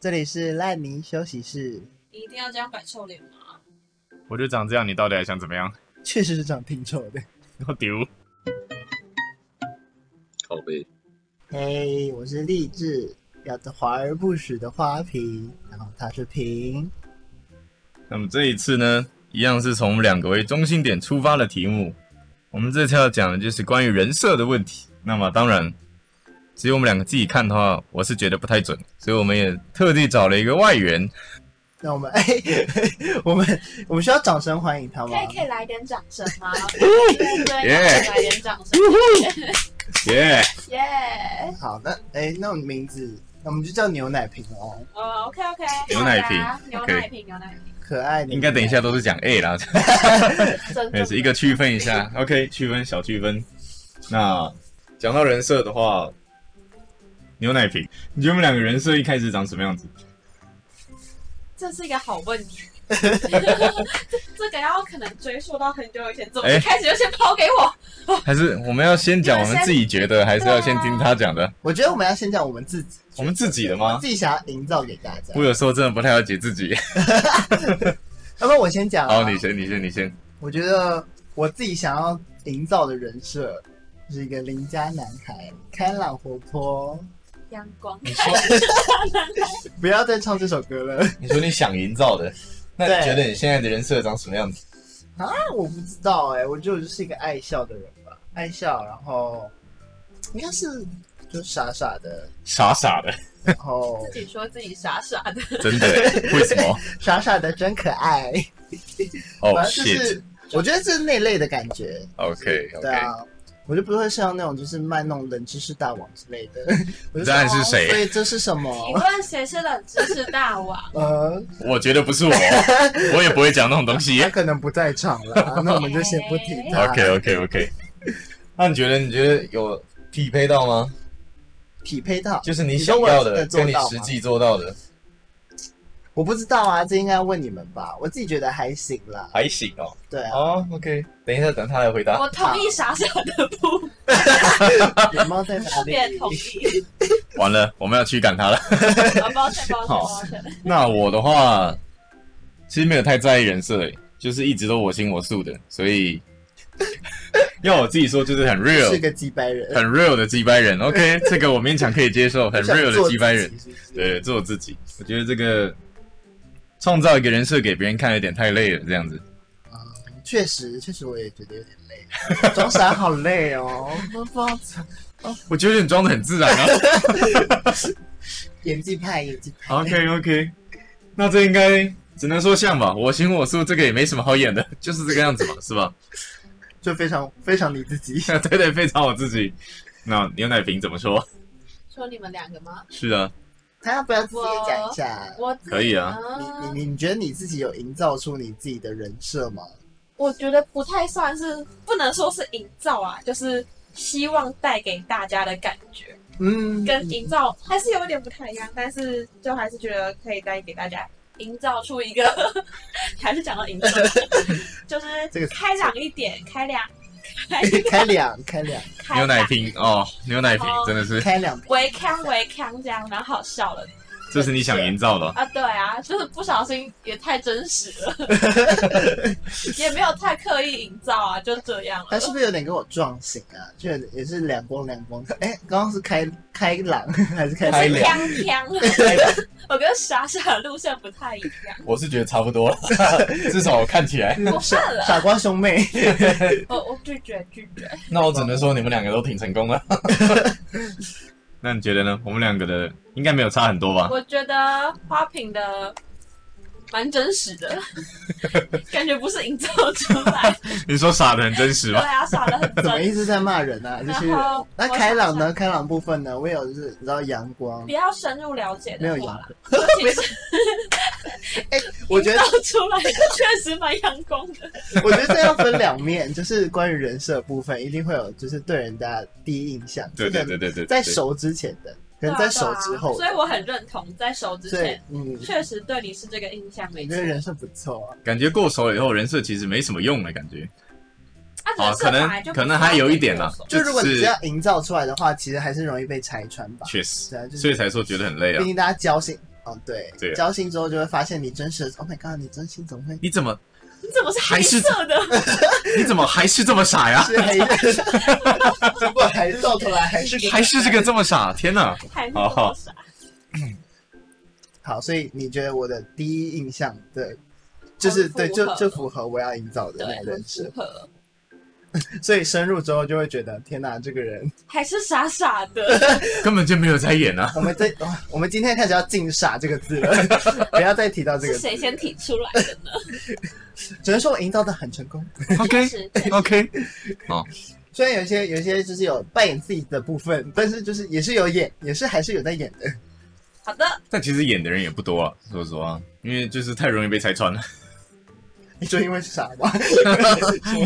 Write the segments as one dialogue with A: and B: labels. A: 这里是烂泥休息室，
B: 你一定要这样摆臭脸吗？
C: 我就长这样，你到底还想怎么样？
A: 确实是长挺丑的。
C: 我丢，
D: 靠背，
A: 嘿、我是励志，咬着华而不实的花瓶，然后他是瓶。
C: 那么这一次呢，一样是从我们两个为中心点出发的题目。我们这次要讲的就是关于人设的问题。那么当然，只有我们两个自己看的话，我是觉得不太准，所以我们也特地找了一个外援。
A: 那 我们哎、我们我们需要掌声欢迎他
B: 可
A: 吗？
B: 以可以来点掌声 吗？对对，
C: Yeah
B: 来点掌声，
C: 耶、
B: 耶！
A: 好，那哎、那我们名字，那我们就叫牛奶瓶哦，
B: 哦，OK OK，
C: 牛奶瓶
B: 牛
C: OK
B: 奶瓶，牛奶瓶，
A: 可爱的。
C: 应该等一下，都是讲 A 啦，
B: 真
C: 也
B: 的
C: 是一个区分一下。OK，区分小区分。那讲到人设的话，牛奶瓶，你觉得我们两个人设一开始长什么样子？
B: 这是一个好问 题。这这个要可能追溯到很久以前，怎么
C: 哎
B: 一开始就先抛给我？
C: 还是我们要先讲我们自己觉得，还是要先听他讲的？
A: 啊我觉得我们要先讲我们自己，
C: 我们自己的
A: 我
C: 吗
A: 们？自己想要营造给大家。
C: 我有时候真的不太了解自己。
A: 要不然我先讲、啊。
C: 好，你先，你先，你先。
A: 我觉得我自己想要营造的人设是一个邻家男孩，开朗活泼。
B: 阳光，
C: 你说，
A: 不要再唱这首歌了
C: 你说你想营造的，那
A: 对
C: 你觉得你现在的人设长什么样子？
A: 啊！我不知道哎、我觉得我就是一个爱笑的人吧，爱笑，然后应该是就傻傻的，
C: 傻傻的，
A: 然后
B: 自己说自己傻傻的，
C: 真的？为什 么？
A: 傻傻的真可 爱。
C: 哦、
A: 反正就
C: shit
A: 是。我觉得这是那类的感觉。
C: OK
A: 对
C: OK，
A: 啊，我就不会像那种就是卖那种冷知识大王之 类的。我就哦
C: 你在暗示谁
A: 所以这是什
B: 请
C: 啊
A: 么？
B: 问谁是冷知识大 王？
A: 呃，
C: 我觉得不是我，哦 我也不会讲那种东西
A: 他。可能不在场 了，那我们就先不提他。
C: OK OK OK，那
A: 啊
C: 你觉得你觉得有匹配到吗？
A: 匹配到，
C: 就是你
A: 你
C: 想
A: 说我
C: 要
A: 真的
C: 的，
A: 做
C: 跟你
A: 到吗
C: 实际做到的，
A: 我不知道啊，这应该问你们吧。我自己觉得还行啦，
C: 还行哦。
A: 对啊，
C: 哦，OK，等一下，等他来回答。
B: 我同意傻傻的部分，
A: 眼猫在哪
B: 特
A: 里？
B: 别同意。
C: 完了，我们要驱赶他了。
B: 啊，抱歉，抱歉，抱歉。
C: 那我的话，其实没有太在意人设，诶就是一直都我行我素的，所以 要我自己说，就是很
A: 是
C: real，
A: 个鸡掰人，
C: 很 real 的鸡掰人。OK，这个我勉强可以接受，很 real 的鸡掰人。
A: 想做自己，是不是
C: 对，做自己。我觉得这个创造一个人设给别人看有点太累了，这样子。
A: 嗯确实，确实我也觉得有点累， 装傻好累哦， 不不
C: 我觉得你装的很自然啊。
A: 演技派，演技派，
C: OK OK，那这应该只能说像吧，我行我素，这个也没什么好演的，就是这个样子嘛，是吧？
A: 就非常非常你自己。
C: 对对，非常我自己。那牛奶瓶怎么说？
B: 说你们两个吗？
C: 是啊，
A: 他要不要自己也讲一下？
B: 我自己
C: 可以啊
A: 你你你觉得你自己有营造出你自己的人设吗？
B: 我觉得不太算是，不能说是营造啊，就是希望带给大家的感觉，
A: 嗯，
B: 跟营造还是有点不太一样，但是就还是觉得可以带给大家营造出一个， 还是讲到营造，
A: 这
B: 就是
A: 个
B: 开朗一点，开朗，开
A: 开两开两
B: 开
C: 牛奶
B: 朗，
C: 瓶哦，牛奶瓶真的是，
A: 开两，
B: 微康微康这样，蛮好笑的
C: 这是你想营造 的哦。
B: 啊，对啊，就是不小心也太真实了，也没有太刻意营造啊，就这样
A: 他
B: 了。
A: 是不是有点跟我撞醒啊？就有点也是两光两光。哎、刚刚是开开朗还是开
C: 开
A: 朗？
C: 朗
B: 锵锵， 我跟傻傻的路线不太一样。
C: 我是觉得差不多了， 至少我看起来。
B: 我算 了，
A: 傻瓜兄妹，
B: 我我拒绝拒绝。
A: 啊
C: 那我只能说你们两个都挺成功的。 那你觉得呢？我们两个的应该没有差很多吧？
B: 我觉得花瓶的蛮真 实的，感觉不是营造出来。
C: 你说傻的很真实
B: 对
C: 吧？
B: 啊，傻的很
A: 怎么
B: 真。
A: 一直在骂人 啊？这些人
B: 然。后
A: 那开朗
B: 我想
A: 呢？开朗部分呢？我有就是你知道阳光
B: 比，较深入了解
A: 没有
B: 的
A: 阳
B: 话啦
A: 光，。
B: 其实
A: 我觉得
B: 营造出来的确实蛮阳光的。
A: 我觉得这要分两面，就是关于人设部分，一定会有就是对人家第一印象，
C: 对对
A: 这个
C: 对对对，
A: 在
C: 对
A: 熟之前的， 可
B: 对
A: 能
B: 啊
A: 在熟之后
B: 对
A: 的
B: 啊所以我很认同，在熟之
A: 所以
B: 前
A: 嗯，
B: 确实对你是这个印象没
A: 我
B: 错
A: 觉得。人设不错、啊，
C: 感觉过熟了以后，人设其实没什么用的感觉。
B: 啊，
C: 啊，可能可能还有一点啦
B: 了。，
A: 就如果你
C: 是
A: 只要营造出来的话，其实还是容易被拆穿吧。
C: 确实，
A: 是啊，就是
C: 所以才说觉得很累啊
A: 毕。竟大家交心，哦，对
C: 对，啊
A: 交心之后就会发现你真实的。Oh my god，你真心怎么会
C: 你怎么
B: 你怎么是
C: 还
B: 黑
C: 是
B: 色的？
C: 你怎么还是这么傻呀？
A: 是 黑的？不过还是到头来还是个
C: 还是这个这么傻？天哪！
B: 还是
C: 好好
B: 多傻？
A: 好。所以你觉得我的第一印象，对，就是对，就就符合我要营造的那个
B: 对，很
A: 人
B: 符
A: 设。
B: 合，
A: 所以深入之后就会觉得，天哪，这个 人，
B: 还是傻傻的。
C: 根本就没有在演啊！
A: 我们这哇我们今天开始要禁“傻”这个字 了，不要再提到这
B: 是
A: 个字，
B: 谁先提出来的呢？
A: 只能说我营造的很成功。
C: OK
B: 是确实
C: OK，
A: 虽然有一些有一些就是有扮演自己的部分，但是就是也是有演，也是还是有在演的。
B: 好的，
C: 但其实演的人也不多啊，说实话，因为就是太容易被拆穿了。
A: 你说因为是傻 吗？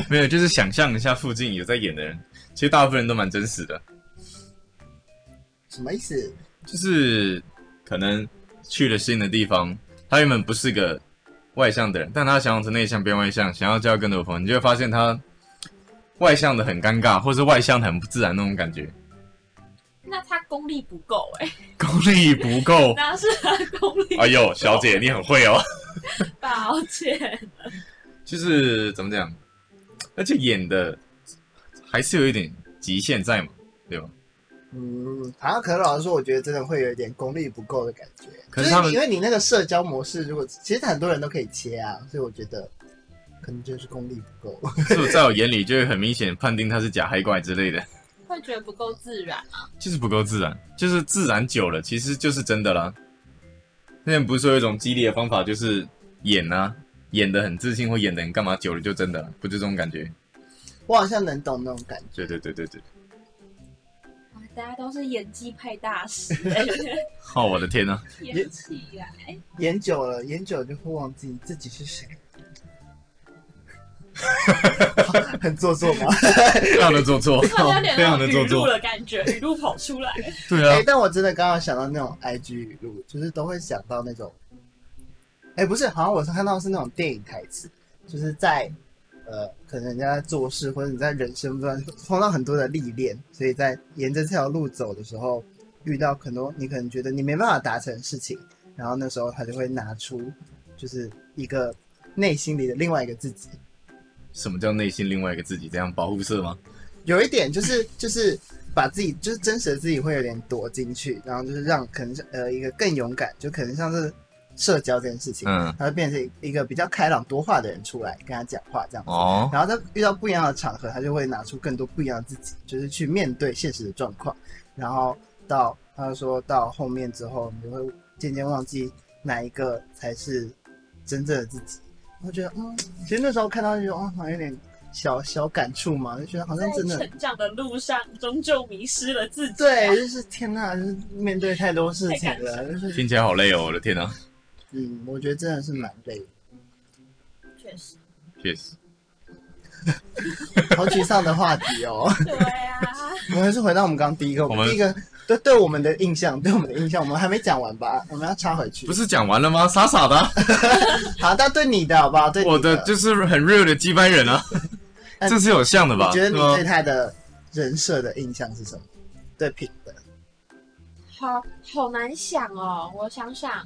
C: 没有，就是想象一下附近有在演的人，其实大部分人都蛮真实的，
A: 什么意思？
C: 就是可能去了新的地方，他原本不是个外向的人，但他想要成内向变外向，想要交更多朋友，你就会发现他外向的很尴尬，或是外向的很不自然那种感觉，
B: 那他功力不够哎，
C: 功力不 够。
B: 那是他功力。
C: 哎呦，小姐，你很会哦。
B: 抱歉，
C: 就是怎么讲，而且演的还是有一点极限在嘛，对吧？
A: 嗯，好像可乐老师说，我觉得真的会有一点功力不够的感觉。
C: 可是他们
A: 就因为你那个社交模式，如果其实很多人都可以切啊，所以我觉得可能就是功力不够。
C: 所以在我眼里就会很明显判定他是假黑怪之类的，
B: 会觉得不够自然。啊
C: 就是不够自然，就是自然久了，其实就是真的啦。之前不是说有一种激励的方法，就是演啊，演的很自信或演的很干嘛，久了就真的了，不就这种感觉？
A: 我好像能懂那种感觉。
C: 对对对对对，
B: 哇啊大家都是演技派大师，哎有点
C: 哦，我的天呐、
B: 演啊起来。
A: 演久了，演久了就会忘记自己是 谁。 很做作吗？
C: 非常的做作，哦
B: 突然有点
C: 非常的
B: 那种
C: 做
B: 语录
C: 作，
B: 的感觉，语录跑出来。
C: 对
A: 哎、
C: 啊，
A: 但我真的刚刚想到那种 IG 语录，就是都会想到那种，哎、不是，好像我是看到是那种电影台词，就是在呃，可能人家在做事或者你在人生中碰到很多的历练，所以在沿着这条路走的时候，遇到很多你可能觉得你没办法达成的事情，然后那时候他就会拿出就是一个内心里的另外一个自己，
C: 什么叫内心另外一个自己？这样保护色吗？
A: 有一点就是 就是把自己就是真实的自己会有点躲进去，然后就是让可能是呃一个更勇敢，就可能像是社交这件事情，
C: 嗯，
A: 他会变成一个比较开朗多话的人出来跟他讲话这样子。
C: 哦，
A: 然后他遇到不一样的场合，他就会拿出更多不一样的自己，就是去面对现实的状况。然后到他说到后面之后，你就会渐渐忘记哪一个才是真正的自己。我觉得，嗯，其实那时候看到就觉得，哦，好像有点小小感触嘛，就觉得好像
B: 在
A: 真的
B: 成长的路上，终究迷失了自己。
A: 对，就是天呐，就是面对太多事情了，就是
C: 听起来好累哦，我的天呐、
A: 嗯，我觉得真的是蛮累的，
B: 确实，
C: 确实，
A: 好沮丧的话题哦。
B: 对啊，
A: 我们还是回到我们刚刚第一个，我
C: 我
A: 们
C: 们
A: 第一个对对我们的印象，对我们的印象，我们还没讲完吧？我们要插回去。
C: 不是讲完了吗？傻傻的啊、
A: 好，但对你的好不好？对你
C: 我的
A: 的，
C: 就是很 real 的击败人啊，
A: 嗯
C: 这是有像的吧？
A: 你觉得你
C: 是吗
A: 对他的人设的印象是什么？对品的，
B: 好好难想哦。我想想，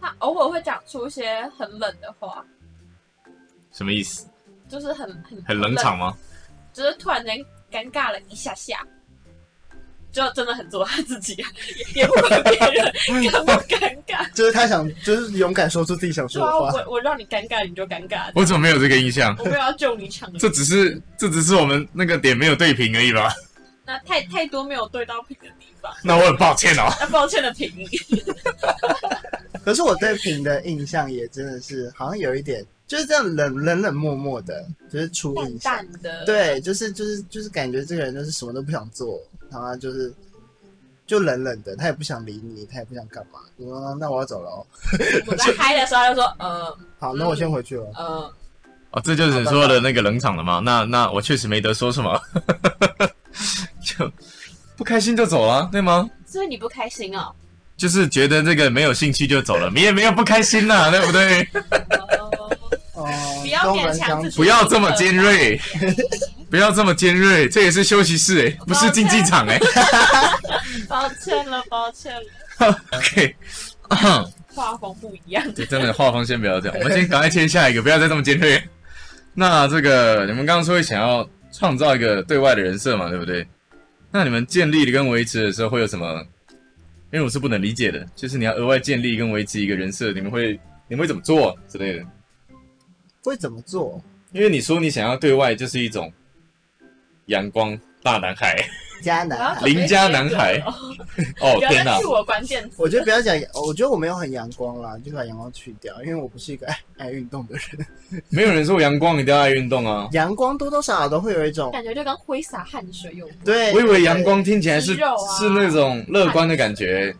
B: 他偶尔会讲出一些很冷的话，
C: 什么意思？
B: 就是很很
C: 很冷场，吗？
B: 只是突然间尴尬了一下下。就真的很做他自己，啊也也不管别人尴不尴尬。
A: 就是他想， 就是勇敢说出自己想
B: 对
A: 说
B: 啊，
A: 的话。
B: 我我让你尴尬，你就尴尬。
C: 我怎么没有这个印象？
B: 我没有要救你场的
C: 这只是这只是我们那个点没有对平而已吧？
B: 那太太多没有对到平的地方，
C: 那我很抱歉哦。
B: 那抱歉的平。
A: 可是我对品的印象也真的是，好像有一点就是这样冷冷冷漠漠的，就是初
B: 淡
A: 印象。
B: 淡的，，
A: 对，就是就是就是感觉这个人就是什么都不想做，然后他就是就冷冷的，他也不想理你，他也不想干嘛。你说那我要走了、哦，
B: 我在嗨的时候他就说，呃
A: 好，那我先回去了。
B: 呃，
C: 哦，这就是你说的那个冷场了吗？那那我确实没得说什么， 就不开心就走了，对吗？
B: 所以你不开心 哦，
C: 就是觉得这个没有兴趣就走了，你也没有不开心呐、对不对？
B: 呃
A: 哦、
B: 不要
A: 跟我们
B: 勉强
A: 相
B: 自
A: 处
B: 己，
C: 不要这么尖锐，不要这么尖锐，欸这也是休息室诶、不是竞技场诶、
B: 抱歉了，抱歉了，
C: OK，
B: 画风不一样。
C: 这真的画风先不要讲，我们先赶快切下一个，不要再这么尖锐。那这个你们刚刚说想要创造一个对外的人设嘛，对不对？那你们建立跟维持的时候会有什么？因为我是不能理解的，就是你要额外建立跟维持一个人设，你们会你们会怎么做之类的？
A: 会怎么做？
C: 因为你说你想要对外就是一种阳光大男孩
A: 加
B: 我要
A: 男
B: 准
A: 孩，
B: 备
C: 邻家男孩
B: 这个了
C: 哦，
B: 不要
C: 天哪
B: 再！去我关键词。
A: 我觉得不要讲，我觉得我没有很阳光啦，就把阳光去掉，因为我不是一个爱 爱运动的人。
C: 没有人说阳光一定要爱运动啊。
A: 阳光多多少少都会有一种
B: 感觉就跟挥洒汗水有关。
A: 对，
C: 我以为阳光听起来是、
B: 肌肉啊
C: 是那种乐观的感觉，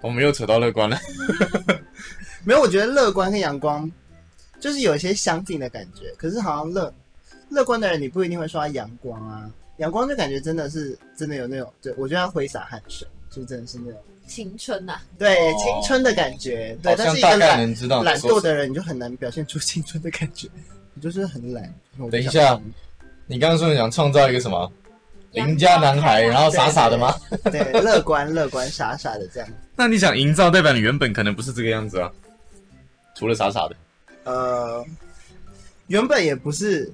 C: 我们又扯到乐观了。
A: 没有，我觉得乐观跟阳光就是有一些相近的感觉，可是好像乐乐观的人，你不一定会说他阳光啊，阳光就感觉真的是真的有那种，对我觉得他挥洒汗水，就真的是那种
B: 青春啊呐、
A: 对
C: 哦
A: 青春的感觉，对
C: 好，
A: 但
C: 像
A: 是一
C: 大
A: 个
C: 概
A: 懒
C: 能知道你
A: 懒
C: 啊说
A: 惰
C: 什么。
A: 的人，你就很难表现出青春的感觉， 你就是很懒。我不
C: 等一
A: 想
C: 下，你刚刚说你想创造一个什么邻家男孩，然后傻傻的吗？
A: 对，乐观乐观傻傻的这样，
C: 那你想营造，代表你原本可能不是这个样子啊。除了傻傻的，
A: 呃，原本也不是，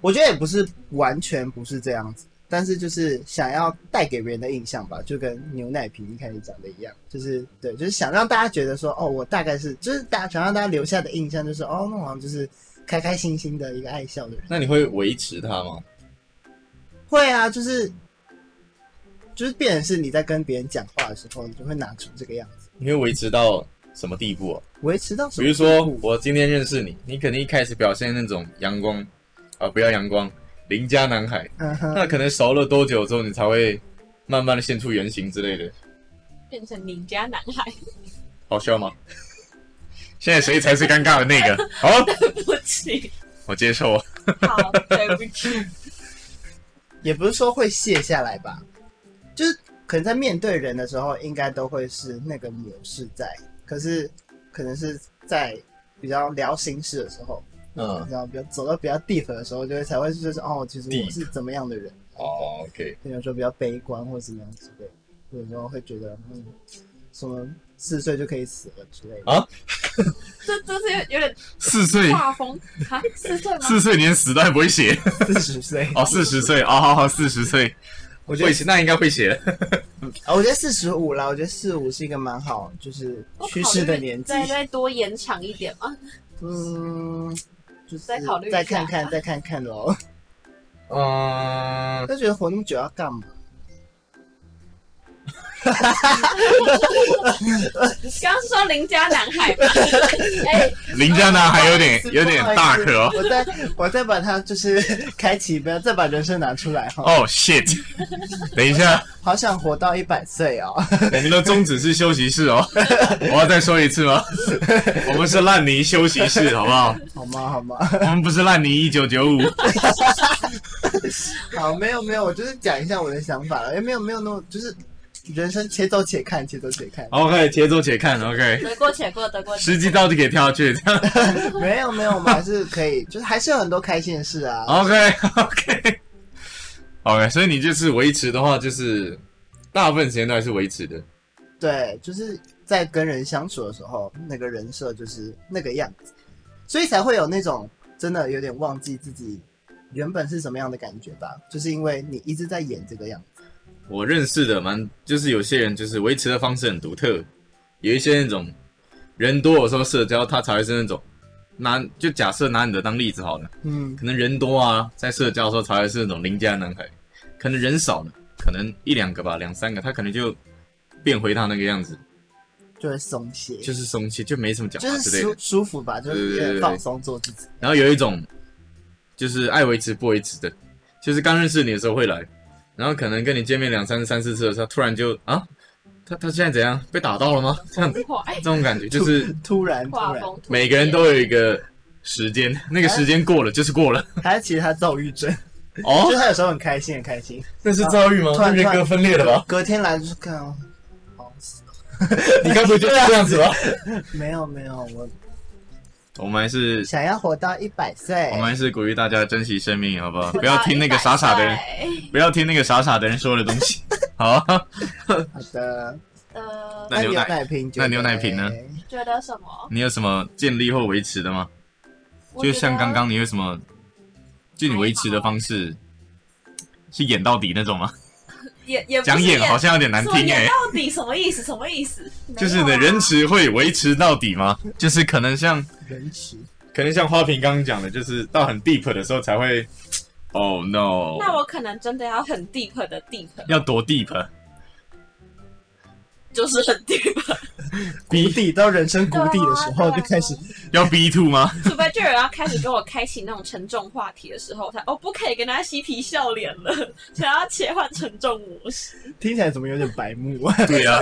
A: 我觉得也不是完全不是这样子，但是就是想要带给别人的印象吧，就跟牛奶瓶一开始讲的一样，就是对，就是想让大家觉得说，哦，我大概是，就是大家想让大家留下的印象就是，哦，那我好像就是开开心心的一个爱笑的人。
C: 那你会维持它吗？
A: 会啊，就是就是变成是你在跟别人讲话的时候，你就会拿出这个样子，
C: 你会维持到什么地步啊？
A: 维持到什么
C: 比如说
A: 地步，
C: 我今天认识你，你肯定一开始表现那种阳光，啊、不要阳光，邻家男孩，
A: 嗯哼，
C: 那可能熟了多久之后，你才会慢慢的现出原形之类的，
B: 变成邻家男孩，
C: 好笑吗？ 现在谁才是尴尬的那 个？好，
B: 对不起，
C: 我接受啊。
B: 好，对不起，
A: 也不是说会卸下来吧，就是可能在面对人的时候，应该都会是那个模式在，可是可能是在比较聊心事的时候，
C: 嗯，
A: 然后比较走到比较 deep 的时候，就会才会就是哦，其实我是怎么样的人，
C: 哦，OK，
A: 比如说比较悲观或者怎么样之类的，有时候会觉得嗯，什么四岁就可以死了之类
C: 哦
A: 的，
B: 这这是有有点
C: 四岁，
B: 画风啊，四岁吗？
C: 四岁连死都还不会 写
A: 四十岁，
C: 哦，四十岁，哦，好好，四十岁，
A: 我觉得
C: 会写，那应该会写了。
A: 啊，我觉得四十五啦，我觉得四五是一个蛮好就是
B: 我考虑
A: 趋势的年纪，
B: 再再多延长一点啊嘛。
A: 嗯，就是
B: 再考虑一下
A: 再看看，再看看 喽。
C: 嗯，
A: 就觉得活那么久要干嘛？
B: 刚刚是说邻家男 孩嘛，哎、
C: 邻家男孩有点哎有点大
A: 不
C: 壳
A: 好
C: 哦
A: 意思。我再我再把它就是开启，不要再把人生拿出来哈、
C: 哦、shit，等一下，
A: 好想活到一百岁哦。
C: 我们的宗旨是休息室哦， 我要再说一次 吗？我们是烂泥休息室，好不好？
A: 好吗？好吗？
C: 我们不是烂泥一九九五。
A: 好，没有没有，我就是讲一下我的想法了。也没有没有那么就是人生且走且看，且走且看。
C: OK，且走且看。OK，
B: 得过且过，得过且
C: 时机到就给跳下去。这 样
A: 没有没有，我们还是可以，就是还是有很多开心的事啊。
C: OK OK OK，所以你就是维持的话，就是大部分时间都还是维持的。
A: 对，就是在跟人相处的时候，那个人设就是那个样子，所以才会有那种真的有点忘记自己原本是什么样的感觉吧，就是因为你一直在演这个样子。
C: 我认识的蛮，就是有些人就是维持的方式很独特，有一些那种人多的时候社交，他才会是那种拿就假设拿你的当例子好了，
A: 嗯，
C: 可能人多啊，在社交的时候才会是那种邻家男孩，可能人少了，可能一两个吧，两三个，他可能就变回他那个样子，
A: 就会松懈，
C: 就是是松懈，就没什么讲
A: 就
C: 话之
A: 是
C: 类的
A: 舒。舒服吧，就是有点放松做自己。
C: 然后有一种就是爱维持不维持的，就是刚认识你的时候会来，然后可能跟你见面两三三四次的时候，突然就啊，他他现在怎样被打到了吗？这样
B: 过。哎
C: 这种感觉就是
A: 突然突
B: 画
A: 然，
B: 风，
C: 每个人都有一个时间，那个时间过了就是过了。
A: 还是其实他躁郁症，就
C: 哦
A: 是，他有时候很开心很开心，
C: 那是遭遇吗
A: 突然
C: 那人格分裂了吧？
A: 隔天来就是看，哦好死
C: 你该不会
A: 啊
C: 就是这样子吧？
A: 没有没有，我
C: 我们还是
A: 想要活到一百岁
C: 我。们还是鼓励大家珍惜生命，好不好？不要听那个傻傻的人，
B: 人。
C: 不要听那个傻傻的人说的东西。好啊，
A: 好的，
B: 呃，呃，
C: 那牛奶
A: 奶瓶觉得
C: 那
A: 嘞，
C: 牛奶瓶呢
B: 觉得什么？
C: 你有什么建立或维持的吗？
B: 我
C: 就
B: 觉
C: 像
B: 得
C: 刚刚你有什么，就你维持的方式是演到底那种吗？
B: 也也不是
C: 讲演好像有点难
B: 什么
C: 听哎、
B: 演到底啊什么意思？什么意思？
C: 就是你的
B: 没有啊
C: 仁慈会维持到底吗？就是可能像
A: 仁慈，
C: 可能像花瓶刚刚讲的，就是到很 deep 的时候才会，Oh no，
B: 那我可能真的要很 deep 的 deep，
C: 要多 deep？啊
B: 就是很 deep，
A: 谷底到人生谷底的时候
B: 对啊对啊
A: 就开始
C: 要 B two 吗？
B: 除非就有人要开始跟我开启那种沉重话题的时候，我才哦不可以跟他嬉皮笑脸了， 想要切换沉重模式。哦
A: 听起来怎么有点白 目？
C: 对啊，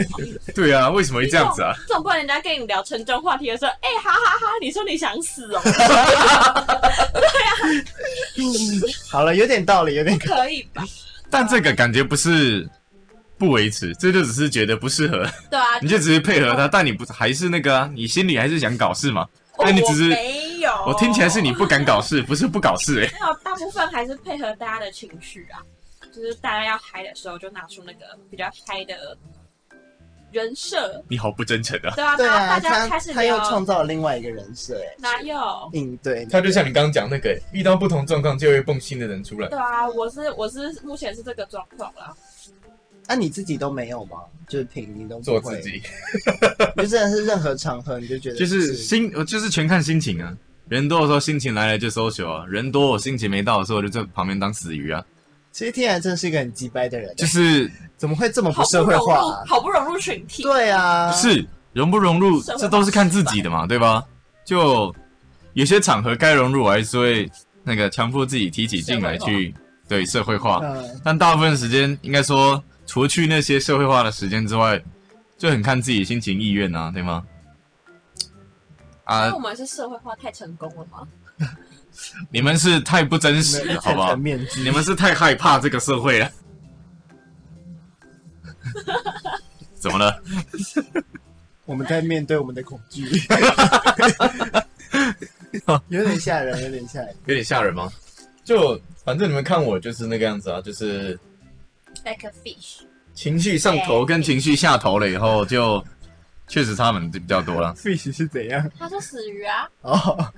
C: 对啊，为什么会这样子啊？
B: 你总不能人家跟你聊沉重话题的时候，哎、哈哈哈，你说你想死 哦，
A: 好了，有点道理，有点
B: 不可以吧？
C: 但这个感觉不是不维持，这就只是觉得不适合，
B: 对啊，
C: 你就只是配合他，但你不还是那个啊？你心里还是想搞事嘛？那哎你只
B: 我
C: 是
B: 没有，
C: 我听起来是你不敢搞事，不是不搞事哎、
B: 没有，大部分还是配合大家的情绪啊，就是大家要嗨的时候，就拿出那个比较嗨的人设，
C: 你好不真诚啊！
B: 对啊，
A: 对
B: 然后
A: 啊，
B: 大家
A: 他
B: 开始
A: 他又
B: 聊，
A: 创造了另外一个人设，哎，
B: 哪有？
A: 应对
C: 他就像你刚刚讲那个、遇到不同状况就会蹦新的人出来。
B: 对啊，我是我是目前是这个状况啦，
A: 那、啊你自己都没有吗？就是凭你都不
C: 做
A: 会
C: 自，己，
A: 就真的是任何场合你就觉得
C: 就是心，我就是全看心情啊。人多的时候心情来了就 social 啊，人多我心情没到的时候我就在旁边当死鱼啊。
A: 其实天然真的是一个很鸡掰的人，
C: 就是
A: 怎么会这么
B: 好
A: 不
B: 不
A: 社
B: 融
A: 会化、
B: 入，
A: 啊？
B: 好不融入群体，
A: 对啊，
C: 不是融不融入，
B: 社会化
C: 这都是看自己的嘛，对吧？就有些场合该融入，我还是会那个强迫自己提起劲来
B: 社会化
C: 去对社会化。
A: 嗯，
C: 但大部分时间，应该说，除去那些社会化的时间之外，就很看自己心情意愿啊，对吗？
B: 因
C: 啊
B: 为我，们是社会化太成功了嘛，
C: 你们是太不真实
A: 没有
C: 了，好不好
A: 层？面具，
C: 你们是太害怕这个社会了。怎么了？
A: 我们在面对我们的恐 惧，有点吓人，有点吓人。
C: 有点吓人吗？就反正你们看我就是那个样子啊，就是
B: ，like a fish，
C: 情绪上头跟情绪下头了以后，就确实差们比较多了。
A: fish 是怎样？
B: 他说死鱼啊，
A: 哦，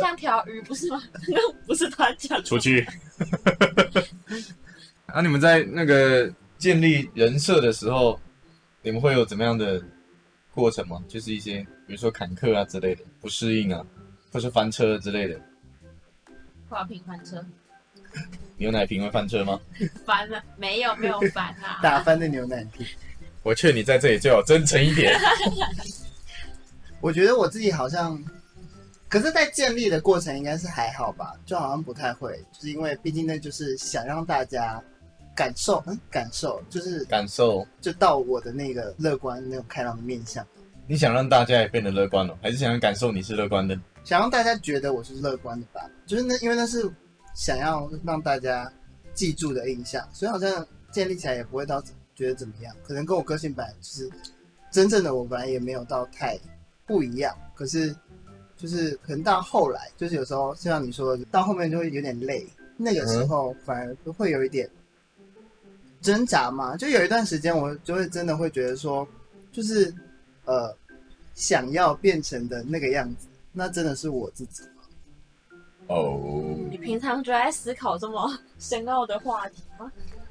B: 像条鱼不是吗？ 那不是他讲的，
C: 去。 啊，你们在那个建立人设的时候，你们会有怎么样的过程吗？就是一些比如说坎坷啊之类的，不适应啊，或是翻车之类的。
B: 花瓶翻车，
C: 牛奶瓶会翻车吗？
B: 翻了没有没有翻 啊，
A: 打翻的牛奶瓶。
C: 我劝你在这里最好真诚一 点。
A: 我觉得我自己好像，可是，在建立的过程应该是还好吧，就好像不太会，就是因为毕竟那就是想让大家感受，嗯，感受就是
C: 感受，
A: 就到我的那个乐观那种开朗的面相，
C: 你想让大家也变得乐观了、还是想要感受你是乐观的？
A: 想让大家觉得我是乐观的吧，就是那因为那是想要让大家记住的印象，所以好像建立起来也不会到觉得怎么样，可能跟我个性本来就是真正的我本来也没有到太不一样，可是就是可能到后来，就是有时候就像你说的，到后面就会有点累，那个时候反而会有一点挣扎嘛。就有一段时间，我就会真的会觉得说，就是呃，想要变成的那个样子，那真的是我自己。
C: 哦，
B: 你平常就在思考这么深奥的话题吗？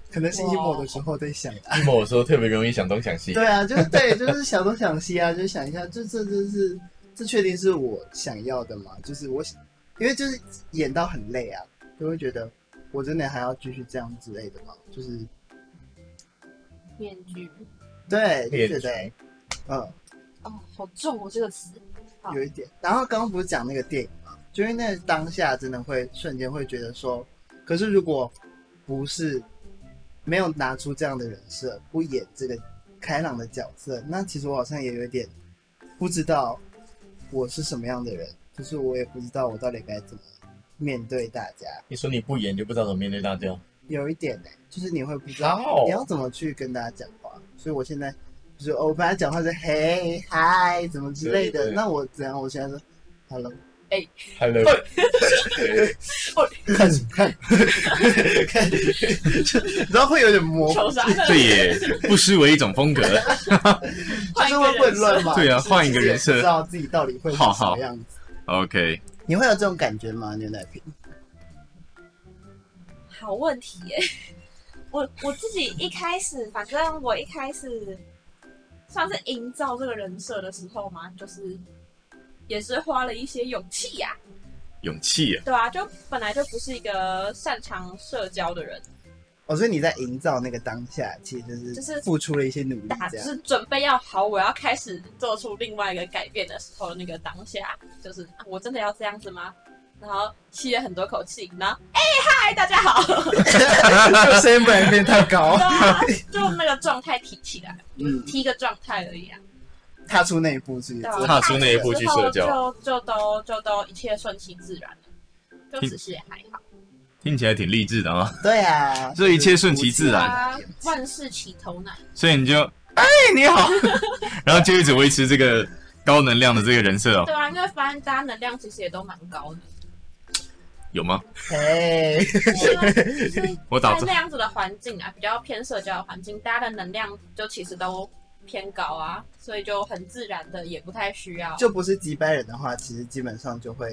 A: 可能是 emo 的时候在想，啊
C: 一某时候特别容易想东想西。
A: 对啊，就是对，就是想东想西啊，就想一下，这这这是这确定是我想要的吗？就是我，想，因为就是演到很累啊，就会觉得我真的还要继续这样之类的吗？就是
B: 面具，
A: 对，
C: 列
A: 就觉得
C: 举
A: 嗯
B: 哦，好重哦这个 词，好
A: 有一点。然后刚刚不是讲那个电影嘛，就是那当下真的会瞬间会觉得说，可是如果不是没有拿出这样的人设，不演这个开朗的角色，那其实我好像也有点不知道我是什么样的人，就是我也不知道我到底该怎么面对大家，
C: 你说你不演就不知道怎么面对大家。
A: 有一点呢、就是你会不知道
C: 好
A: 你要怎么去跟大家讲话，所以我现在就是哦我本来讲话是嘿嗨怎么之类的，
C: 对对
A: 那我怎样？我现在是 hello
E: 哎
F: Hello，
A: 看什么看？ 看，你知道会有点模糊，
E: 求啥？
C: 对耶，不失为一种风格。
A: 就是会混乱嘛。
C: 对啊
A: 就是
C: 换一个人设
A: 自己也不知道自己到底会是
C: 好
A: 什
C: 好
A: 么样子。
C: OK，
A: 你会有这种感觉吗？牛奶瓶？
B: 好问题耶、我我自己一开始，反正我一开始算是营造这个人设的时候嘛，就是也是花了一些勇气呀、
C: 勇气啊，
B: 对啊，就本来就不是一个擅长社交的人，
A: 我说哦你在营造那个当下，其实
B: 就是是
A: 付出了一些努力
B: 打，
A: 这
B: 就
A: 样。
B: 是准备要好，我要开始做出另外一个改变的时候，那个当下就是、啊我真的要这样子吗？然后吸了很多口气，然后哎、嗨，大家好，
A: 就 声音不能变太高
B: 对，啊就那个状态提起来，
A: 嗯，
B: 提一个状态而已啊。
A: 踏出那一步是一
B: 对啊
A: 次。
C: 踏出那一步去社
B: 之
C: 交，
B: 后就就都就都一切顺其自然了，就只是还好。
C: 听起来挺励志的啊。
A: 对啊，
C: 这一切顺其自然
B: 啊，万事起头难，
C: 所以你就哎你好， 然后就一直维持这个高能量的这个人设哦，
B: 对啊，因为发现大家能量其实也都蛮高的，
C: 有吗？
A: 哎，
B: 所以
C: 我打
B: 在
C: 字
B: 那样子的环境啊，比较偏社交的环境，大家的能量就其实都偏高啊，所以就很自然的也不太需要。
A: 就不是几百人的话，其实基本上就会，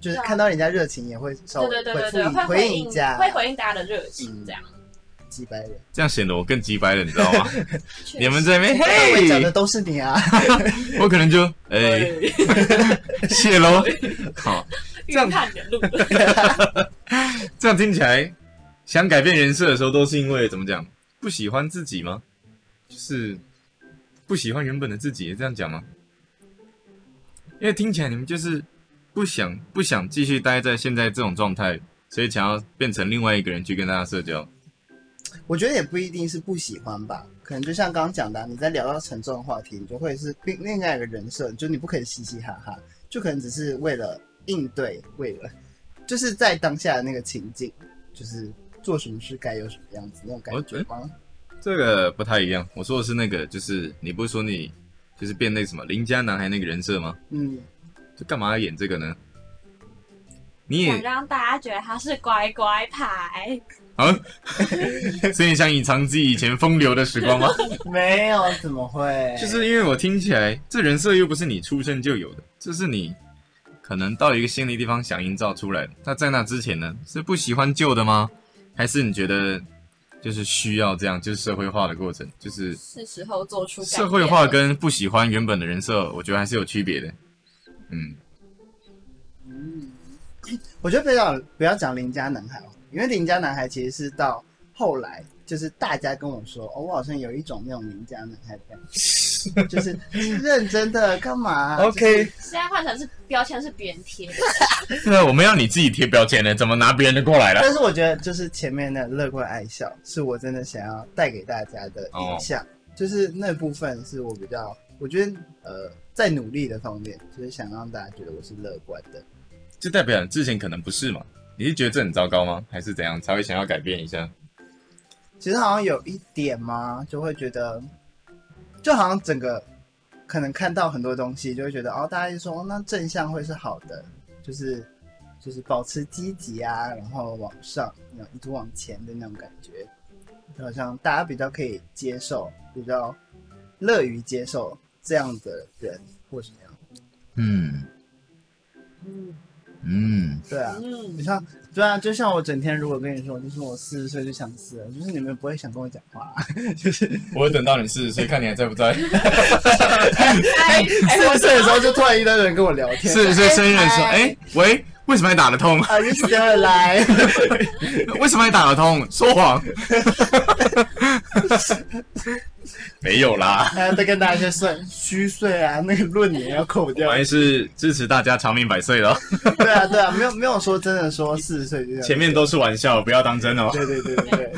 A: 就是
B: 对啊
A: 看到人家热情也会稍
B: 对
A: 微
B: 对对
A: 回
B: 对
A: 复
B: 对，
A: 你
B: 会
A: 回
B: 应
A: 应一下
B: 会回应大家的热情
A: 嗯
B: 这样。
A: 几百人。
C: 这样显得我更鸡掰了，你知 道吗？你们这边
A: 我讲的
C: 嘿，
A: 都是你啊，
C: 我可能就哎谢喽。好，
E: 预判人路，
C: 这样听起来，想改变人设的时候都是因为怎么讲，不喜欢自己吗？就是不喜欢原本的自己，这样讲吗？因为听起来你们就是不想不想继续待在现在这种状态，所以想要变成另外一个人去跟大家社交。
A: 我觉得也不一定是不喜欢吧，可能就像刚刚讲的啊、你在聊到沉重的话题，你就会是另另外一个人设，就你不可以嘻嘻哈哈，就可能只是为了应对，为了就是在当下的那个情境，就是做什么事该有什么样子那种感觉吗？
C: 这个不太一样，我说的是那个，就是你不是说你就是变那个什么邻家男孩那个人设吗？
A: 嗯，
C: 就干嘛要演这个呢？ 你
B: 想
C: 也
B: 让大家觉得他是乖乖牌，
C: 啊， 所以想隐藏自己以前风流的时光吗？
A: 没有，怎么会？
C: 就是因为我听起来，这人设又不是你出生就有的，这是你可能到一个新的地方想营造出来的。那在那之前呢，是不喜欢旧的吗？还是你觉得就是需要这样，就是社会化的过程，就是
B: 是时候做出改变
C: 社会化跟不喜欢原本的人设，我觉得还是有区别的。嗯，
A: 我觉得不要不要讲邻家男孩哦，因为邻家男孩其实是到后来，就是大家跟我说，哦，我好像有一种那种邻家男孩的感觉，就是认真的干嘛啊、
B: 现在换成是标签是别人贴的，
C: 那我们要你自己贴标签呢，怎么拿别人的过来了？
A: 但是我觉得，就是前面的乐观爱笑，是我真的想要带给大家的影像，就是那部分是我比较，我觉得呃，在努力的方面，就是想让大家觉得我是乐观的。
C: 就代表你之前可能不是嘛？你是觉得这很糟糕吗？还是怎样才会想要改变一下？
A: 其实好像有一点嘛，就会觉得，就好像整个可能看到很多东西，就会觉得哦，大家就说、哦那正向会是好的，就是就是保持积极啊，然后往上，然后一直往前的那种感觉，就好像大家比较可以接受，比较乐于接受这样的人或什么样，
C: 嗯嗯。
A: 对啊。
E: 嗯
A: 你，像对啊，就像我整天如果跟你说，就是我四十岁就想死了，就是你们不会想跟我讲话、 就是
C: 我等到你四十岁，看你还在不在。
B: 哎
A: 四十岁的时候就突然一堆人跟我聊天，
C: 四十岁生日的时候，哎、喂，为什么还打得 通？
A: 啊，你死了来，
C: 为什么还打得通？说 谎。没有啦，
A: 还要哎再跟大家算虚岁啊，那个论年要扣
C: 我
A: 掉。
C: 还是支持大家长命百岁哦了。
A: 对啊，对啊，没有没有说真的说四十岁就这样。
C: 前面都是玩笑，不要当真哦。
A: 对对对对对，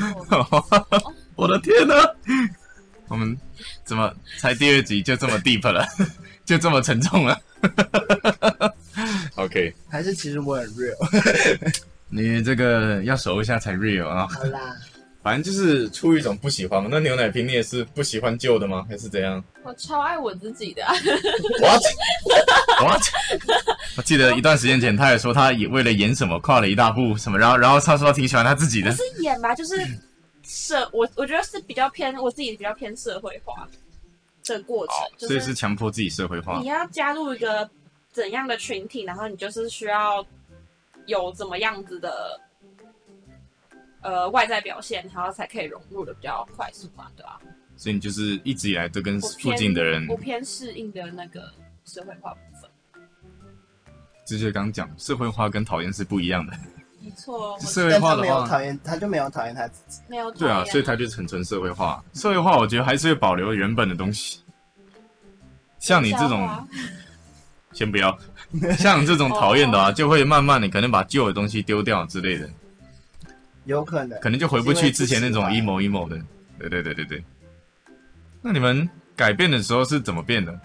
C: 我的天哪、我们怎么才第二集就这么 deep 了， 就这么沉重了 ？OK，
A: 还是其实我很 real。
C: 你这个要熟一下才 real 啊。
A: 好啦，
C: 反正就是出于一种不喜欢。那牛奶瓶你也是不喜欢旧的吗？还是怎样
B: 我超爱我自己的、啊，
C: ？What What？我记得一段时间前，他也说他也为了演什么跨了一大步什么，然后然后他说他挺喜欢他自己
G: 不
C: 的。
G: 是演吧，就是社，我我觉得是比较偏我自己比较偏社会化的过程，就
C: 哦所以是强迫自己社会化
G: 你，要加入一个怎样的群体，然后你就是需要有怎么样子的呃外在表现，然后才可以融入的比较快速嘛，对吧、
C: 所以你就是一直以来都跟
G: 我
C: 附
G: 偏
C: 近的人
G: 我，偏适应的那个社会化部分，
C: 这就是刚讲社会化跟讨厌是不一样的。
G: 没错，我
C: 社会
A: 但
C: 化
A: 他
C: 的
A: 没有
C: 话，
A: 讨厌，他就没有讨厌他自己。
G: 没有
C: 对啊，
G: 讨厌
C: 所以它就是很纯社会化。社会化我觉得还是会保留原本的东西，像你这种
G: 笑话
C: 先不要，像你这
G: 哦
C: 种讨厌的啊，就会慢慢的可能把旧的东西丢掉之类的，
A: 有可能
C: 可能就回不去之前那种
A: 因为不
C: emo emo 的。对对对对对。那你们改变的时候是怎么变的？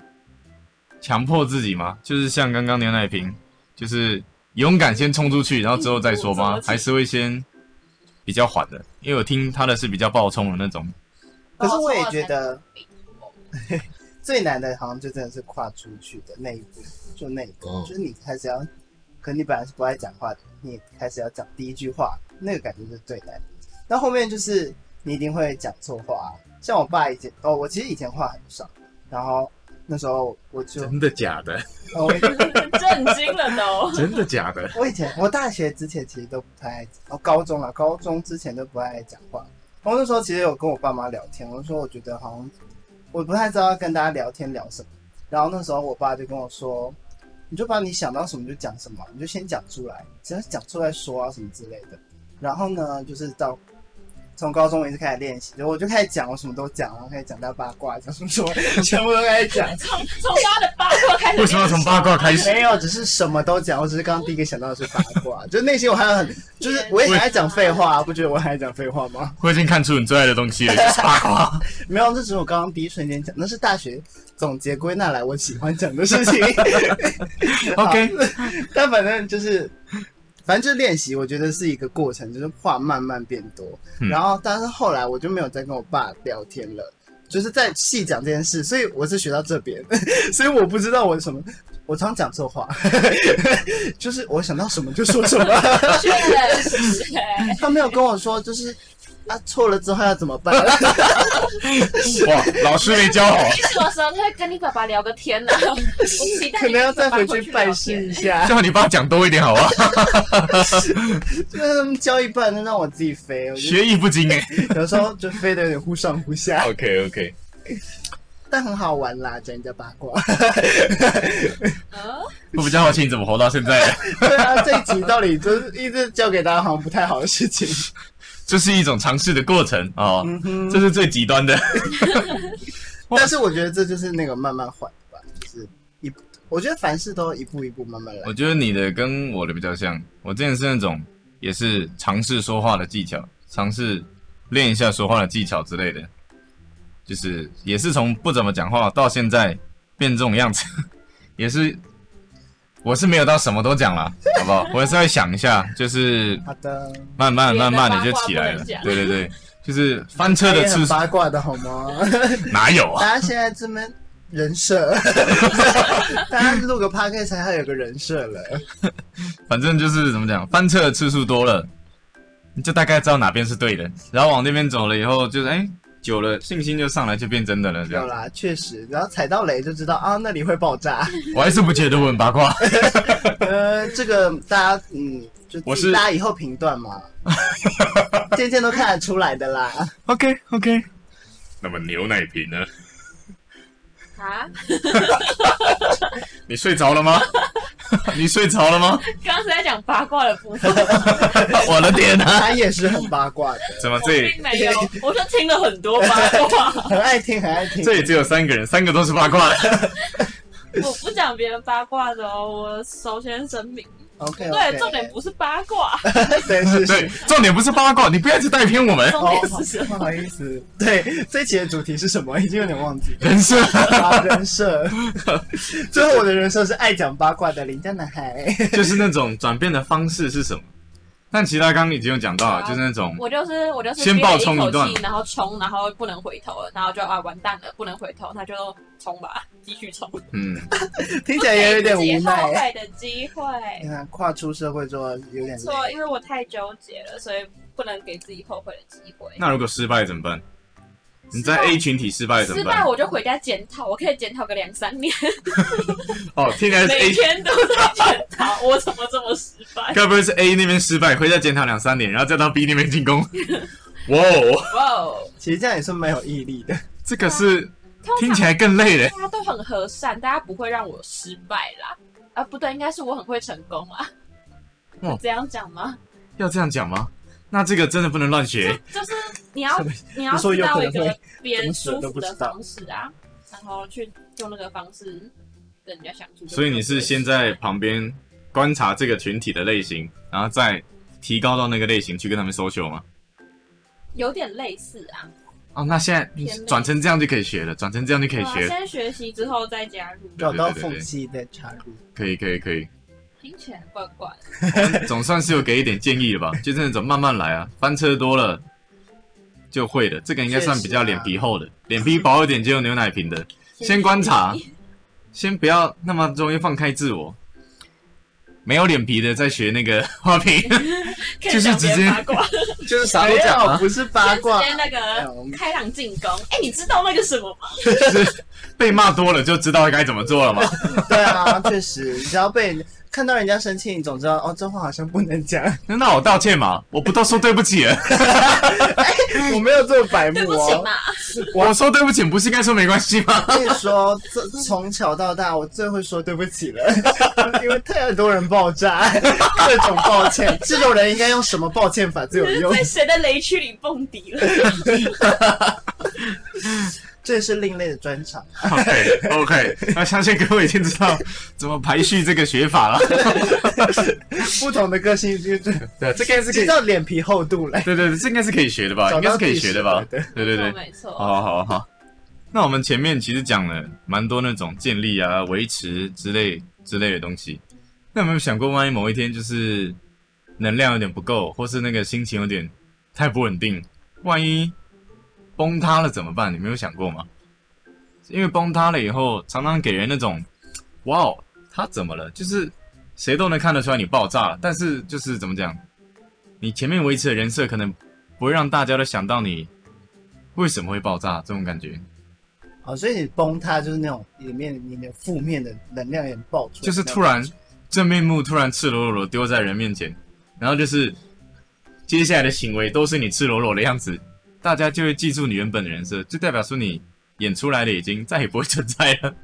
C: 强迫自己吗？就是像刚刚牛奶瓶，就是勇敢先冲出去，然后之后再说
B: 一步
C: 吗
B: 着？地
C: 还是会先比较缓的？因为我听他的是比较暴冲的那种。
A: 可是我也觉得
B: 哦
A: 最难的好像就真的是跨出去的那一步，就那一步，
C: 哦
A: 就是你开始要，可你本来是不爱讲话的，你也开始要讲第一句话，那个感觉是最难的。那后面就是你一定会讲错话，啊像我爸以前哦，我其实以前话很少，然后那时候我就、
C: 的假 的？
A: 哦、我
B: 震惊了都。
C: 真的假的？
A: 我以前我大学之前其实都不太爱，哦，高中啊，高中之前都不太爱讲话。然后那时候其实有跟我爸妈聊天，我就说我觉得好像我不太知道要跟大家聊天聊什么。然后那时候我爸就跟我说，你就把你想到什么就讲什么，你就先讲出来，只要讲出来说啊什么之类的。然后呢，就是到从高中我一直开始练习，就我就开始讲，我什么都讲，然后开始讲到八卦，讲什么什么，全部都 开始讲。
B: 从从他的八卦开始，
C: 为什么要从八卦开 始？
A: 没有，只是什么都讲。我只是刚刚第一个想到的是八卦， 就那些我还有很，就是我也很爱讲废话，不觉得我还讲废话吗？
C: 我已经看出你最爱的东西了，就是八 卦。
A: 没有，这只是我刚刚第一瞬间讲，那是大学总结归纳来我喜欢讲的事情。
C: OK，
A: 但反正就是，反正就是练习，我觉得是一个过程，就是话慢慢变多。
C: 嗯
A: 然后，但是后来我就没有再跟我爸聊天了，就是在细讲这件事，所以我是学到这边， 所以我不知道我什么，我常讲错话， 就是我想到什么就说什么。
B: 确实，
A: 他没有跟我说，就是啊错了之后要怎么办？
C: 哇，老师没教好，
G: 什么时候就会跟你爸爸聊个天
B: 啊
G: 呢、我期待
A: 可
G: 你
A: 能要再回
G: 回
A: 去拜师一
G: 一下。
A: 下。
C: 叫你爸讲多一点好 啊，
A: 嗯，教一半那让我自己飞，我就
C: 学艺不精哎。
A: 有时候就飞的有点忽上忽下，
C: OK OK，
A: 但很好玩啦，讲人家八卦。
B: 嗯，
C: 我比较好奇你怎么活到现在 的，
A: 对啊，这一集到底就是一直教给大家好像不太好的事情。
C: 这是一种尝试的过程哦，
A: 嗯哼，
C: 这是最极端的。
A: 但是我觉得这就是那个慢慢缓吧，就是一步，我觉得凡事都一步一步慢慢来
C: 我。觉得你的跟我的比较像，我之前是那种也是尝试说话的技巧，尝试练一下说话的技巧之类的，就是也是从不怎么讲话到现在变这种样子， 也是我是没有到什么都讲了，好不好？我还是会想一下，就是
A: 好的，
C: 慢慢慢慢的就起来 了
B: 哎别的八卦不能，讲
C: 对对对，就是翻车的
A: 也
C: 次
A: 很
C: 数
A: 八卦的好 吗？
C: 哪有啊？
A: 大家现在这边人设， 大家录个 podcast 才要有个人设了。
C: 反正就是怎么讲，翻车的次数多了，你就大概知道哪边是对的，然后往那边走了以后，就是哎、久了信心就上来，就变真的了。这
A: 有
C: 样，
A: 啦，确实，然后踩到雷就知道啊，那里会爆炸。
C: 我还是不觉得我很八卦，
A: 呃，这个大家嗯，就
C: 我
A: 自己
C: 是
A: 大家以后评断 嘛，渐渐都看得出来的啦。
C: OK OK。那么牛奶瓶呢？
B: 啊，
C: 你睡着了吗？ 你睡着了吗？
B: 刚刚是在讲八卦的部分，
C: 我的天啊！
A: 他也是很八卦的，
C: 怎么
B: 我
C: 这
B: 并没有，哦我就听了很多八卦，
A: 很爱听，很爱听。
C: 这里只有三个人，三个都是八卦 的。
B: 我不讲别人八卦的哦，我首先声明，
A: OK，
B: 对，重点不是八卦，
A: 对是
C: 对
A: 是。，
C: 重点不是八卦，你不要去带偏我们
B: 重
A: 哦，
B: 点
A: 好
B: 是什
A: 不
B: 么？
A: 好意思，对，这期的主题是什么？已 经有点忘 记了。
C: 人设。
A: 啊人设，最 后我的人设是爱讲八卦的邻家男孩。
C: 就是那种转变的方式是什么？但其他刚刚已经有讲到啊，
B: 好
C: 就是那种
B: 我就是我就是
C: 先
B: 憋了
C: 爆冲一
B: 口
C: 段
B: 气然后冲，然后不能回头了，然后就啊完蛋了，不能回头，那就啊冲吧， 继续冲，
C: 嗯，
A: 听起来也有点
B: 给
A: 无
B: 自己
A: 奈。
B: 后悔的机会。
A: 你看，跨出社会之后有点
B: 没
A: 累，
B: 错，因为我太纠结了，所以不能给自己后悔的机会。
C: 那如果失败怎么办？你在
B: 失败
C: A 群体失败怎
B: 失
C: 么
B: 败
C: 办？
B: 我就回家检讨，我可以检讨个两三 年，
C: 哦，听起来是
B: 每
C: A，
B: 天都在检讨我怎么这么失 败。
C: 该不会是 A 那边失败，回家检讨两三年，然后再到 B 那边进 攻？哇哦，
B: 哇哦，
A: 其实这样也是没有毅力的。
C: 这个是听
B: 通
C: 起
B: 常
C: 来更累嘞。
B: 大家都很和善，大家不会让我失败啦。啊，不对，应该是我很会成功啦。
C: 哦
B: 这样讲吗？
C: 要这样讲吗？那这个真的不能乱学。
B: 就是你要
A: 什么
B: 你要
A: 你说
B: 知
A: 有可
B: 道
A: 能
B: 一个
A: 会
B: 别人舒
A: 怎么死都
B: 服
A: 不
B: 的
A: 知道
B: 方式啊，然后去用那个方式跟人家相处。
C: 所以你是先在旁边观察这个群体的类型，然后再提高到那个类型去跟他们 social 吗？
B: 有点类似啊，
C: 哦，那现在你
B: 偏类
C: 转成这样就可以学了，转成这样就可以
B: 对啊
C: 学，
B: 先学习之后再加入，
A: 找到缝隙再插入。
C: 可以，可以，可以。
B: 听起来怪怪的。
C: 总算是有给一点建议了吧？就是那种慢慢来啊，翻车多了就会的。这个应该算比较脸皮厚的，脸皮薄一点就有牛奶瓶的。先观察，先不要那么容易放开自我。没有脸皮的在学那个 花瓶，
B: 可以
C: 就是
B: 讲别人
C: 直接
B: 八卦，
A: 就是
C: 啥都讲啊
A: 不是 八
B: 先直
A: 卦。
B: 接那
A: 哎
B: 个
A: 我们
B: 开朗进攻。哎，你知道那个什么吗？
C: 就是被骂多了就知道该怎么做了嘛。
A: 对啊，确实，你只要被人看到人家生气，你总知道哦，这话好像不能讲。
C: 那我道歉嘛，我不都说对不起 了？
A: 我没有这么白目
B: 对不起
A: 哦。
B: 嘛，
C: 我说对不起不是该说没关系吗？
A: 我跟你说，这从小到大，我最会说对不起了，因 为太多人爆 炸，各种抱歉。这种人应该用什么抱歉法最有 用
B: 在？谁的雷区里蹦迪了？
A: 这也是另类的专场。
C: OK OK，那相信各位已经知道怎么排序这个学法了。
A: 不同的个性就是
C: 对，这个应该是可
A: 知
C: 以
A: 道脸皮厚度嘞。
C: 对对，对这应该是可以学的吧？
A: 找
C: 应该
A: 到
C: 是可以
A: 自己
C: 学的吧？
A: 适合的
C: 对对对，
B: 没错，
C: 好好好好。那我们前面其实讲了蛮多那种建立啊、维持之类之类的东西。那有没有想过，万一某一天就是能量有点不够，或是那个心情有点太不稳定，万一崩塌了怎么办？你没有想过吗？因为崩塌了以后，常常给人那种“哇哦，他怎么了？”就是谁都能看得出来你爆炸了，但是就是怎么讲，你前面维持的人设可能不会让大家都想到你为什么会爆炸这种感觉，
A: 哦，所以你崩塌就是那种里面你的负面的能量也爆出来，
C: 就是突然真面目突然赤裸裸地丢在人面前，然后就是接下来的行为都是你赤裸裸的样子，大家就会记住你原本的人设，就代表说你演出来的已经再也不会存在了。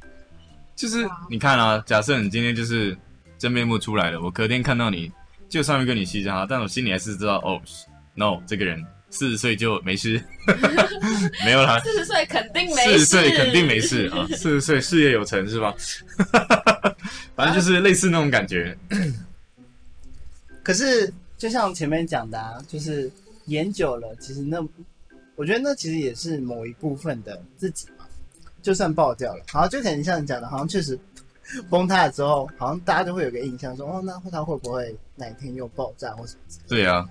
C: 就是你看啊，假设你今天就是真面目出来了，我隔天看到你，就算会跟你嘻嘻哈哈，但我心里还是知道，哦，no，这个人四十岁就没事， 没有啦，
B: 四十岁肯定没
C: 四
B: 事，
C: 十岁肯定没 事啊，四十岁事业有成是吧？ 反正就是类似那种感觉，
A: 可是就像前面讲的、啊，就是演久了，其实那我觉得那其实也是某一部分的自己嘛。就算爆掉了，好，就可能像你讲的，好像确实崩塌了之后，好像大家就会有个印象说，哦，那他会不会哪一天又爆炸或什么之类
C: 对啊，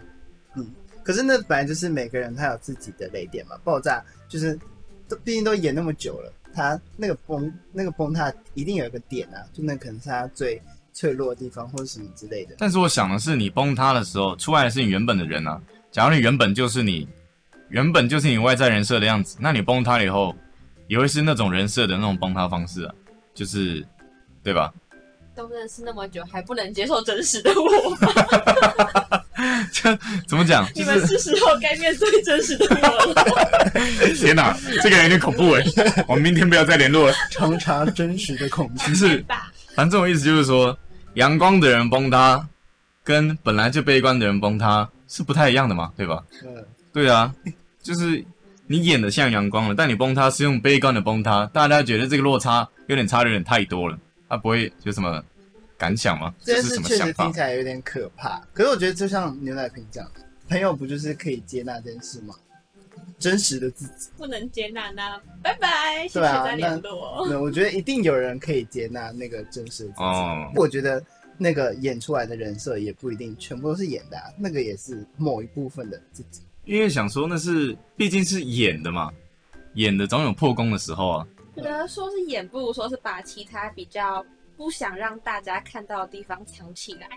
A: 的？可是那本来就是每个人他有自己的雷点嘛，爆炸就是都毕竟都演那么久了，他那个崩那个崩塌一定有一个点啊，就那可能是他最脆弱的地方或者什么之类的。
C: 但是我想的是，你崩塌的时候出来的是你原本的人啊。假如你原本就是你，原本就是你外在人设的样子，那你崩塌了以后，也会是那种人设的那种崩塌方式啊，就是，对吧？
B: 都认识那么久，还不能接受真实的我，
C: 这怎么讲？
B: 你
C: 就
B: 们
C: 是
B: 是时候该面对真实的我了。
C: 天哪，这个有点恐怖哎，我们明天不要再联络了。
A: 常常真实的恐惧。
C: 就是
B: 吧，
C: 反正我意思就是说，阳光的人崩塌，跟本来就悲观的人崩塌是不太一样的嘛，对吧？
A: 嗯，
C: 对啊，就是你演的像阳光了，但你崩塌是用悲观的崩塌，大家觉得这个落差有点差的有点太多了，他、不会有什么感想吗？
A: 这件
C: 这是
A: 事
C: 什么
A: 确
C: 想
A: 实
C: 法
A: 听起？来有点可怕。可是我觉得，就像牛奶瓶讲，朋友不就是可以接纳这件事吗？真实的自己，
B: 不能接纳呢，拜拜，谢谢
A: 对啊
B: 再联络。
A: 那我觉得一定有人可以接纳那个真实的自己。
C: 哦，
A: 我觉得那个演出来的人设也不一定全部都是演的、啊，那个也是某一部分的自己。
C: 因为想说那是毕竟是演的嘛，演的总有破功的时候啊。
B: 觉得说是演，不如说是把其他比较不想让大家看到的地方藏起来，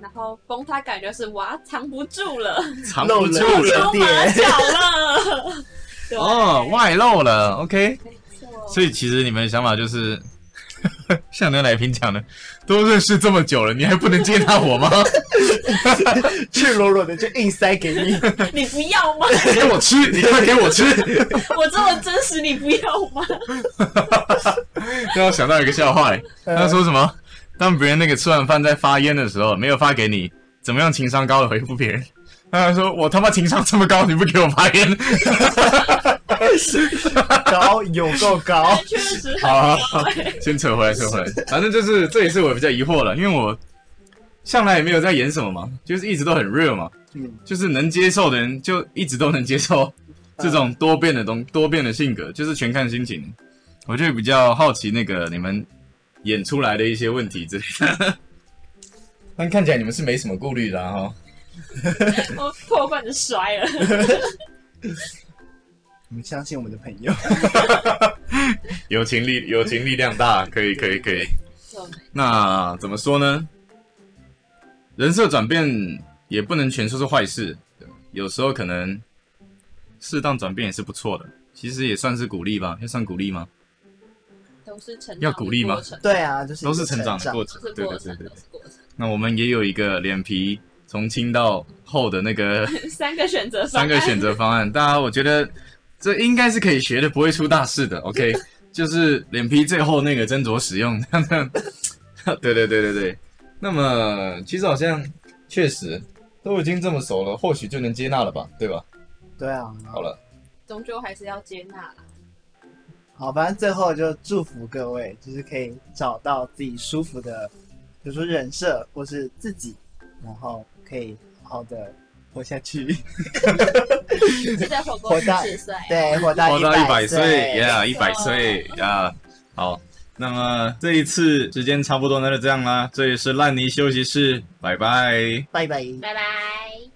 B: 然后崩塌感觉是哇藏不住了，
C: 藏不住
A: 漏了
C: 了
B: 出马脚 了。对
C: 哎哦，外露了，OK。
B: 没错，
C: 所以其实你们的想法就是， 像牛奶瓶讲的，都认识这么久了，你还不能接纳我吗？
A: 赤裸裸的就硬塞给你，
B: 你不要吗？
C: 给我吃，你快给我吃！
B: 我这么真实，你不要吗？
C: 让我想到一个笑话、欸，他说什么？当别人那个吃完饭在发烟的时候，没有发给你，怎么样情商高的回复别人？他说：“我他妈情商这么高，你不给我发烟？
A: 高有够
C: 哦
A: 高，
B: 确实
C: 好好好，先扯回来，扯回来。反正就是这也是我比较疑惑了，因为我向来也没有在演什么嘛，就是一直都很 real 嘛，
A: 嗯，
C: 就是能接受的人就一直都能接受这种多变的东多变的性格，就是全看心情。我就比较好奇那个你们演出来的一些问题之类的。 但看起来你们是没什么顾虑的哈、哦。
B: 我破罐子摔了。
A: 你们相信我们的朋友，
C: 友情力友情力量大，可以可以可以。那怎么说呢？人设转变也不能全说是坏事，对有时候可能适当转变也是不错的。其实也算是鼓励吧，要算鼓励吗？
B: 都是成长，
C: 要鼓励吗？
A: 对啊，就是一个
C: 都是成长的
A: 长
C: 过
B: 都
C: 程，
B: 是
C: 对
B: 过
C: 对
B: 程
C: 对，对
B: 都。是过程。
C: 那我们也有一个脸皮从轻到厚的那个
B: 三个选择，
C: 三个选。择方案，大家我觉得这应该是可以学的，不会出大事的。OK，就是脸皮最厚那个斟酌使用， 这样这样。对对对对对。那么其实好像确实都已经这么熟了，或许就能接纳了吧，对吧？
A: 对啊，
C: 好了，
B: 终究还是要接纳啦。
A: 好，反正最后就祝福各位，就是可以找到自己舒服的，比如说人设或是自己，然后可以好好的活下去，
B: 记得火锅
A: 火大
B: 四岁，
A: 对，活到
C: 活到
A: 一
C: 一百岁
A: 岁，
C: 呀，一百岁呀，好。那么这一次时间差不多，那就这样啦。这里是烂泥休息室，拜拜。
A: 拜拜。
B: 拜拜。